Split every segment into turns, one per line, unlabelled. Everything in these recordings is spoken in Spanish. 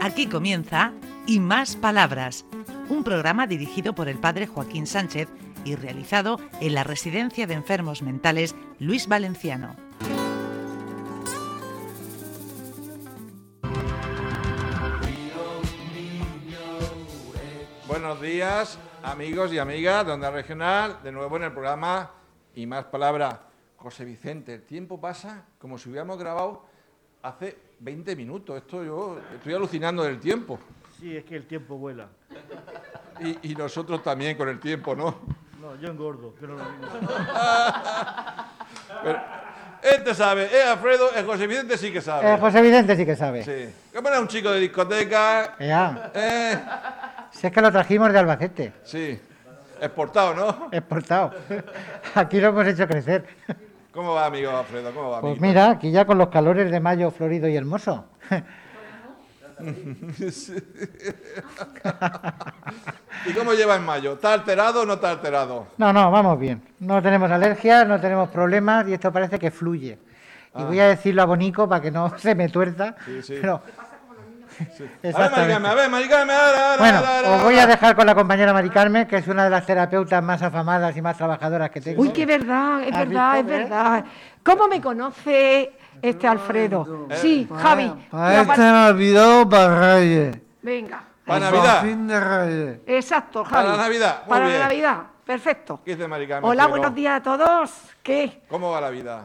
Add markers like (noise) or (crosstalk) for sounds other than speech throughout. Aquí comienza Y Más Palabras, un programa dirigido por el padre Joaquín Sánchez y realizado en la Residencia de Enfermos Mentales Luis Valenciano.
Buenos días, amigos y amigas de Onda Regional, de nuevo en el programa Y Más Palabras. José Vicente, el tiempo pasa como si hubiéramos grabado hace 20 minutos. Esto yo estoy alucinando del tiempo.
Sí, es que el tiempo vuela.
Y, y nosotros también con el tiempo, ¿no?
No, yo engordo, pero no lo digo.
Pero este sabe, es Alfredo, es José Vicente sí que sabe.
Eh, José Vicente sí que sabe.
Sí. ¿Cómo era un chico de discoteca?
Ea,
Eh,
si es que lo trajimos de Albacete,
sí. Exportado, ¿no? (laughs)
exportado. Aquí lo hemos hecho crecer.
¿Cómo va, amigo Alfredo? ¿Cómo va,
Pues
amiguito?
mira, aquí ya con los calores de mayo florido y hermoso. (laughs)
Sí. ¿Y cómo lleva en mayo? ¿Está alterado o no está alterado?
No, no, vamos bien. No tenemos alergias, no tenemos problemas y esto parece que fluye. Y voy a decirlo a Bonico para que no (laughs) se me tuerza.
Ah. Sí, sí.
(laughs) Pero... (laughs)
A ver,
Exactamente.
maricame, a ver, maricame. Ara, ara,
Bueno,
ara, ara.
os voy a dejar con la compañera Mari Carmen, que es una de las terapeutas más afamadas y más trabajadoras que tengo.
Uy, qué verdad, es
¿Has
verdad, es
visto, eh?
verdad. ¿Cómo me conoce este Alfredo? Sí, Javi.
Para
la
este
pa-
Navidad para Reyes.
Venga,
Para
Para
Navidad.
fin de Reyes.
exacto, Javi.
Para la Navidad, muy
Para la
bien.
Navidad, perfecto.
¿Qué dice maricame?
Hola,
Alfredo?
buenos días a todos. ¿Qué?
¿Cómo va la vida?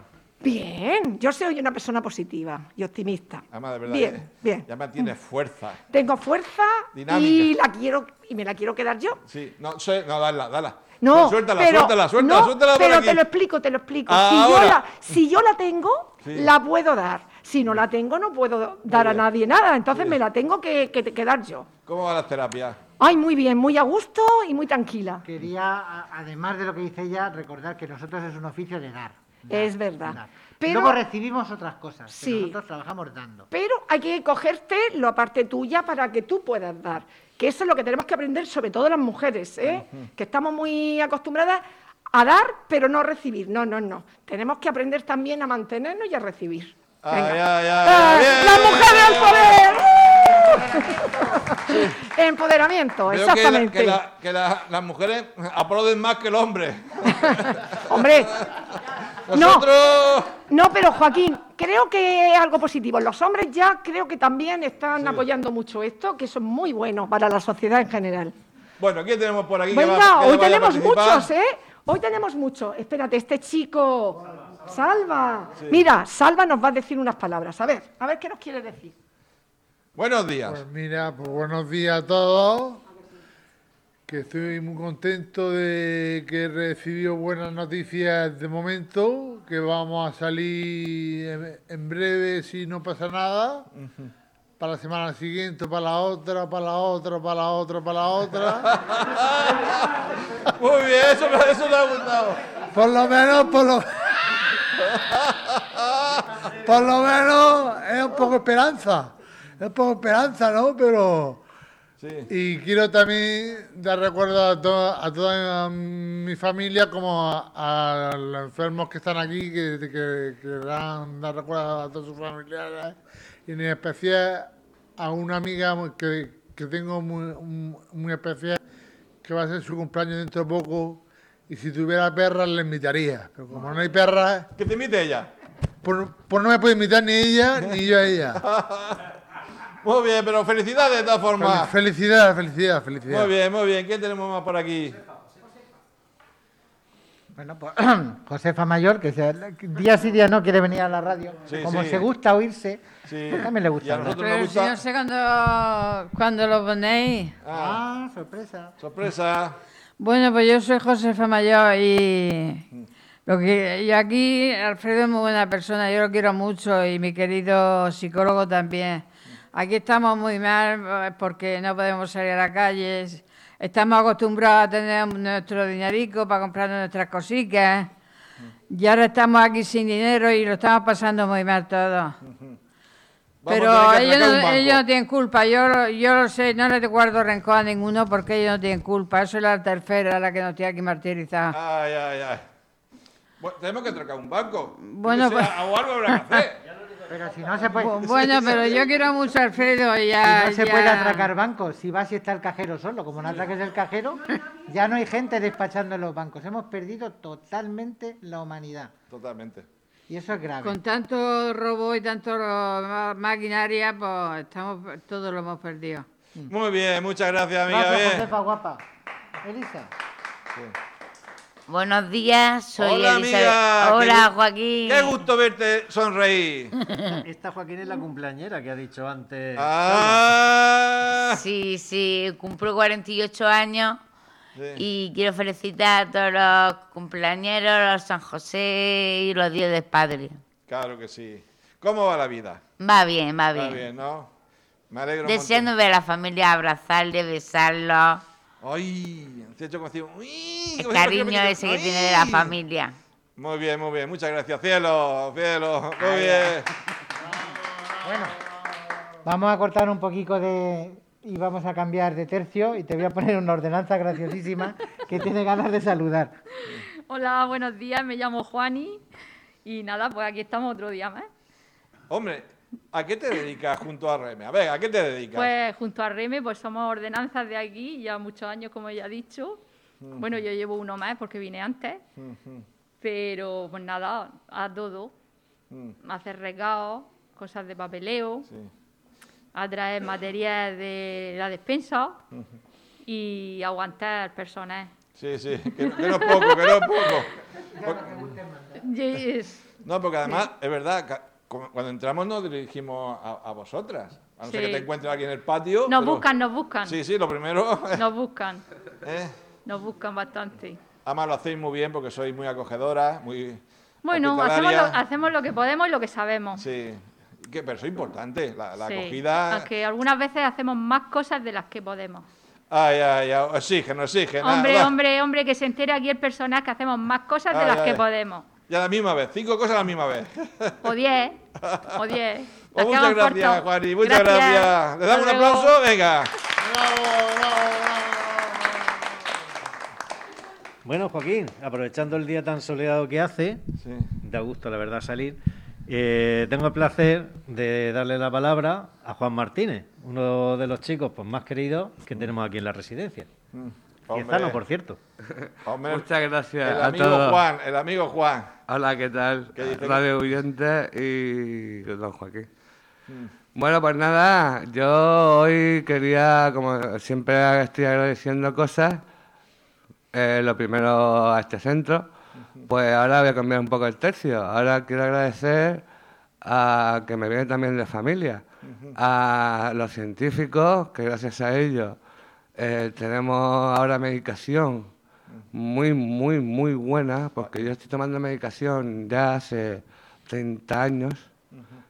Bien, yo soy una persona positiva y optimista.
Además, de verdad.
Bien,
que
bien.
Ya me tiene fuerza.
Tengo fuerza y
Dinámica.
la quiero y me la quiero quedar yo.
Sí, no, sé, no, dala, dala. Pues
No,
suéltala,
pero,
suéltala, suéltala,
no,
suéltala por
pero
aquí. Ah,
te lo explico, te lo explico. Si
Ahora.
yo, la, si yo la tengo,
Sí.
la puedo dar. Si no la tengo, no puedo dar a
bien.
nadie nada. Entonces me la tengo que, que te- que dar yo.
¿Cómo van las terapias?
Ay, muy bien, muy a gusto y muy tranquila.
Quería, a- además de lo que dice ella, recordar que nosotros es un oficio de dar. dar,
Es verdad.
dar.
Pero-
Luego recibimos otras cosas, que
Sí.
nosotros trabajamos dando.
Pero hay que cogerte la parte tuya para que tú puedas dar. Que eso es lo que tenemos que aprender, sobre todo las mujeres, ¿eh? que estamos muy acostumbradas a dar, pero no a recibir. No, no, no. Tenemos que aprender también a mantenernos y a recibir.
Ay,
Venga.
ay, ay, ay,
¡Eh!
bien.
¡La mujer al poder! ¡Uh! Empoderamiento,
Veo que, la-
exactamente.
que, la- que la- las mujeres aplauden más que el hombre. (laughs)
Hombre,
Nosotros.
no, pero Joaquín, creo que es algo positivo. Los hombres ya creo que también están apoyando mucho esto, que eso es muy bueno para la sociedad en general.
Bueno, ¿quién tenemos por aquí? que va-
Venga,
que vaya
hoy
a
tenemos
participar?
muchos, ¿eh? Hoy tenemos muchos. Espérate, este chico, Salva. Mira, Salva nos va a decir unas palabras. A ver, a ver qué nos quiere decir.
Buenos días.
Pues mira, pues buenos días a todos. Que estoy muy contento de que he recibido buenas noticias de momento, que vamos a salir en- en breve si no pasa nada. Para la semana siguiente, para la otra, para la otra, para la otra, para la otra.
Muy bien, eso, me- eso me ha gustado.
Por lo menos, por lo, por lo menos es un poco esperanza. Es un poco esperanza, ¿no? Pero.
Sí.
Y quiero también dar recuerdo a, to- a toda mi familia, como a, a los enfermos que están aquí, que, que, que dan, dar recuerdo a todos sus familiares, y en especial a una amiga muy- que, que tengo muy, un- muy especial, que va a ser su cumpleaños dentro de poco, y si tuviera perras le invitaría, pero como no hay perras,
Que te invite ella.
pues, pues no me puede invitar ni ella ni yo a ella.
(laughs)
Muy bien, pero felicidades de todas formas.
Felicidad, felicidad, felicidad.
Muy bien, muy bien. ¿Quién tenemos más por aquí?
Bueno, pues (clears throat) Josefa Mayor, que se- día sí día no quiere venir a la radio,
Sí,
como
sí.
se gusta oirse,
Sí.
pues también le
Y a
gusta. hablar.
nosotros
Pero
nos
si yo
gusta.
sé cuando, cuando lo ponéis.
Ah,
Ah, sorpresa.
sorpresa.
Bueno, pues yo soy Josefa Mayor y lo que yo aquí, Alfredo es muy buena persona, yo lo quiero mucho y mi querido psicólogo también. Aquí estamos muy mal eh, porque no podemos salir a la calle. Estamos acostumbrados a tener nuestro dinerico para comprar nuestras cositas. Y ahora estamos aquí sin dinero y lo estamos pasando muy mal todos.
Vamos
Pero
a tener que
ellos
atracar un
no,
banco.
ellos no tienen culpa, yo, lo- yo lo sé, no les guardo rencor a ninguno porque ellos no tienen culpa. Eso es la tercera la que nos tiene aquí martirizada.
Ah, Ay, ay, ay. Bueno, tenemos que atracar un banco.
Bueno,
Yo qué sé, O algo habrá que hacer.
Pero si no se puede,
Bu- Bueno, pero yo quiero mucho a Alfredo y ya.
si no se
ya-
puede atracar bancos. Si vas y está el cajero solo, como no atraques el cajero, ya no hay gente despachando en los bancos. Hemos perdido totalmente la humanidad.
Totalmente.
Y eso es grave.
Con tanto robot y tanto ro- ma- maquinaria, pues estamos, todo lo hemos perdido.
Muy bien, muchas gracias, amiga.
Gracias,
Bien.
Josefa guapa. Elisa.
Buenos días, soy
Hola,
Elizabeth.
amiga. Qué
Hola,
gu-
Joaquín.
Qué gusto verte sonreír.
(laughs) Esta Joaquín es la cumpleañera que ha dicho antes.
Ah.
Sí, sí, cumplo 48 años
Sí.
y quiero felicitar a todos los cumpleañeros, los San José y los Días del Padre.
Claro que sí. ¿Cómo va la vida?
Va bien, va
Va
bien.
bien, ¿no? Me alegro mucho.
Deseando ver a la familia, abrazarle, besarlo,
(laughs) Ay, se ha hecho como decir, uy,
el
como
cariño
siempre,
ese que
ay.
tiene de la familia.
Muy bien, muy bien. Muchas gracias. Cielo, cielo. Muy bien.
Vamos a cortar un poquito de y vamos a cambiar de tercio y te voy a poner una ordenanza graciosísima que tiene ganas de saludar.
Hola, buenos días, me llamo Juani y nada, pues aquí estamos otro día más.
Hombre, ¿a qué te dedicas junto a Reme? A ver, ¿a qué te dedicas?
Pues junto a Reme, pues somos ordenanzas de aquí, ya muchos años, como ya he dicho. Bueno, yo llevo uno más porque vine antes, pero pues nada, a todo.
Mm,
Hacer regados, cosas de papeleo,
sí.
a traer materias de la despensa y aguantar
(laughs)
personas.
Sí, sí, que, que no es poco, que no es poco. Por-
Yes.
No, porque además, es verdad, ca- como- cuando entramos nos dirigimos a, a vosotras. A no ser que
Sí.
te encuentres aquí en el patio.
Nos
pero-
buscan, nos buscan,
Sí, sí, lo primero. (laughs)
nos buscan,
¿eh?
nos buscan bastante.
Además lo hacéis muy bien porque sois muy acogedoras, muy.
Bueno, hacemos lo,
hospitalarias.
hacemos lo que podemos y lo que sabemos.
Sí, que, pero eso es importante, la, la
Sí,
acogida.
Aunque algunas veces hacemos más cosas de las que podemos.
Ay, ay, ay, oxígeno, oxígeno.
hombre,
ah, va.
hombre, hombre, que se entere aquí el personaje que hacemos más cosas de
Ay,
las
ay.
que podemos.
Y a la misma vez, cinco cosas a la misma
(laughs)
vez.
O diez,
(laughs)
o diez.
Pues
las que
muchas
hagan
gracias,
corto.
Juani, muchas gracias. Le damos un
Hasta luego.
aplauso, venga.
Bueno, Joaquín, aprovechando el día tan soleado que hace,
Sí.
da gusto, la verdad, salir. eh, tengo el placer de darle la palabra a Juan Martínez, uno de los chicos pues, más queridos que tenemos aquí en la residencia.
Mm,
Diezano, por cierto.
hombre,
Muchas gracias
el
a
amigo
todos.
Juan, el amigo Juan.
Hola, ¿qué tal?
¿Qué dice?
Radio Oyentes y don Joaquín. Bueno, pues nada, yo hoy quería, como siempre estoy agradeciendo cosas, eh, lo primero a este centro, pues ahora voy a cambiar un poco el tercio. Ahora quiero agradecer a que me viene también de familia, a los científicos, que gracias a ellos eh, tenemos ahora medicación muy, muy, muy buena, porque yo estoy tomando medicación ya hace 30 años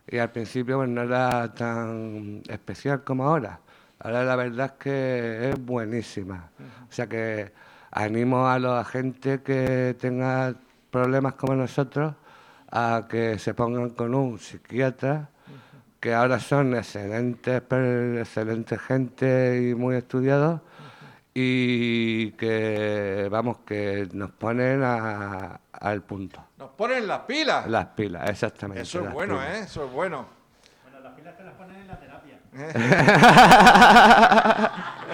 y al principio pues, no era tan especial como ahora. Ahora la verdad es que es buenísima. O sea que animo a la gente que tenga problemas como nosotros a que se pongan con un psiquiatra, que ahora son excelentes, per- excelentes gente y muy estudiados, y que, eh, vamos, que nos ponen a- al punto.
Nos ponen las pilas.
Las pilas, exactamente.
Eso es
las
bueno,
pilas.
¿eh? Eso es bueno.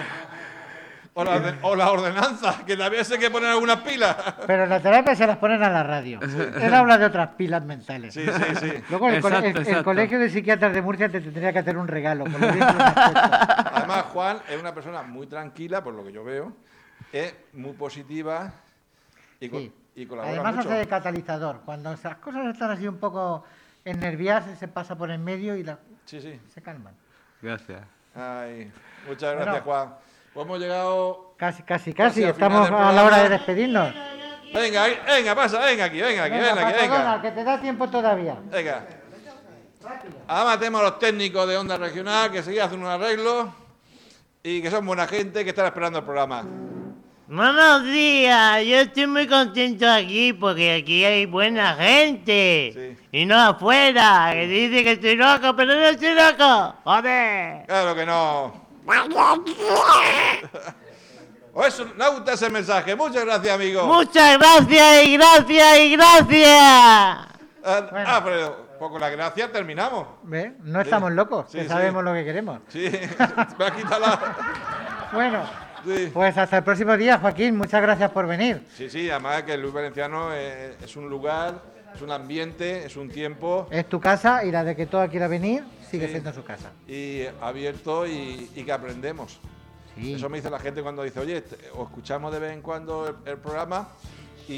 Bueno, las pilas te las ponen en la terapia. (laughs) o, la, ordenanza, que también sé que poner algunas pilas.
Pero en la terapia se las ponen a la radio. Él habla de otras pilas mentales.
Sí, sí, sí.
Luego el, cole-
Exacto,
el- el
exacto.
Colegio de Psiquiatras de Murcia te tendría que hacer un regalo. por lo bien que lo has hecho.
Además, Juan es una persona muy tranquila, por lo que yo veo. Es muy positiva (laughs) y, co-
Sí.
y colabora
Además
mucho.
hace de catalizador. Cuando esas cosas están así un poco enerviadas, se pasa por en medio y la-
Sí, sí.
se calman.
Gracias.
Ay, muchas
Bueno.
gracias, Juan. Pues hemos llegado.
Casi,
Casi
casi, casi.
al final
Estamos
del
a la hora
programa.
de despedirnos.
Venga, ahí- venga, pasa, venga aquí, venga aquí, venga, aquí,
Paco
venga.
Donald, que te da tiempo todavía.
Venga. Además tenemos a los técnicos de Onda Regional que seguían haciendo un arreglo y que son buena gente que están esperando el programa.
Buenos días, yo estoy muy contento aquí porque aquí hay buena gente.
Sí.
Y no afuera, que dice que estoy loco, pero no estoy loco. Joder.
Claro que no. (laughs) O Eso, me gusta ese mensaje. Muchas gracias, amigo.
Muchas gracias y gracias y gracias.
Ah, Alfredo. Poco la gracia, terminamos.
¿Ves? No estamos locos,
Sí,
que
sí.
sabemos lo que queremos.
Sí, (laughs) me ha quitado la...
Bueno,
Sí.
pues hasta el próximo día, Joaquín. Muchas gracias por venir.
Sí, sí, además que el Luis Valenciano eh, es un lugar, es un ambiente, es un tiempo
Es tu casa y la de que toda quiera venir sigue
Sí.
siendo su casa.
y abierto y, y que aprendemos. Eso me dice la gente cuando dice, oye, te- o escuchamos de vez en cuando el, el programa y,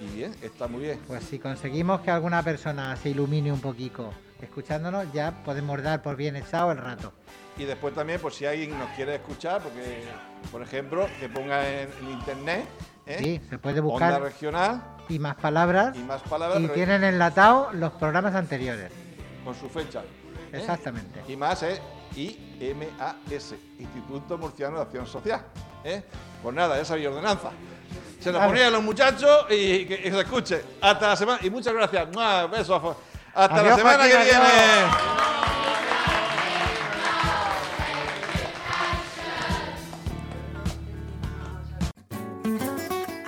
y bien, está muy bien.
Pues si conseguimos que alguna persona se ilumine un poquitico escuchándonos, ya podemos dar por bien echado el rato.
Y después también, por si alguien nos quiere escuchar, porque, por ejemplo, que ponga en, en internet. ¿eh?
Sí, se puede buscar.
Onda regional
Y más palabras.
y más palabras.
y
pero
tienen enlatados los programas anteriores.
Con su fecha. ¿eh?
Exactamente.
Y más ¿eh? es IMAS, Instituto Murciano de Acción Social. ¿eh? Pues nada, ya sabía ordenanza. Se la
Vale.
ponía a los muchachos y que, que se escuche. Hasta la semana. Y muchas gracias. ¡Mua! Besos. Hasta la
Adiós,
semana
Joaquín,
que
adiós.
viene.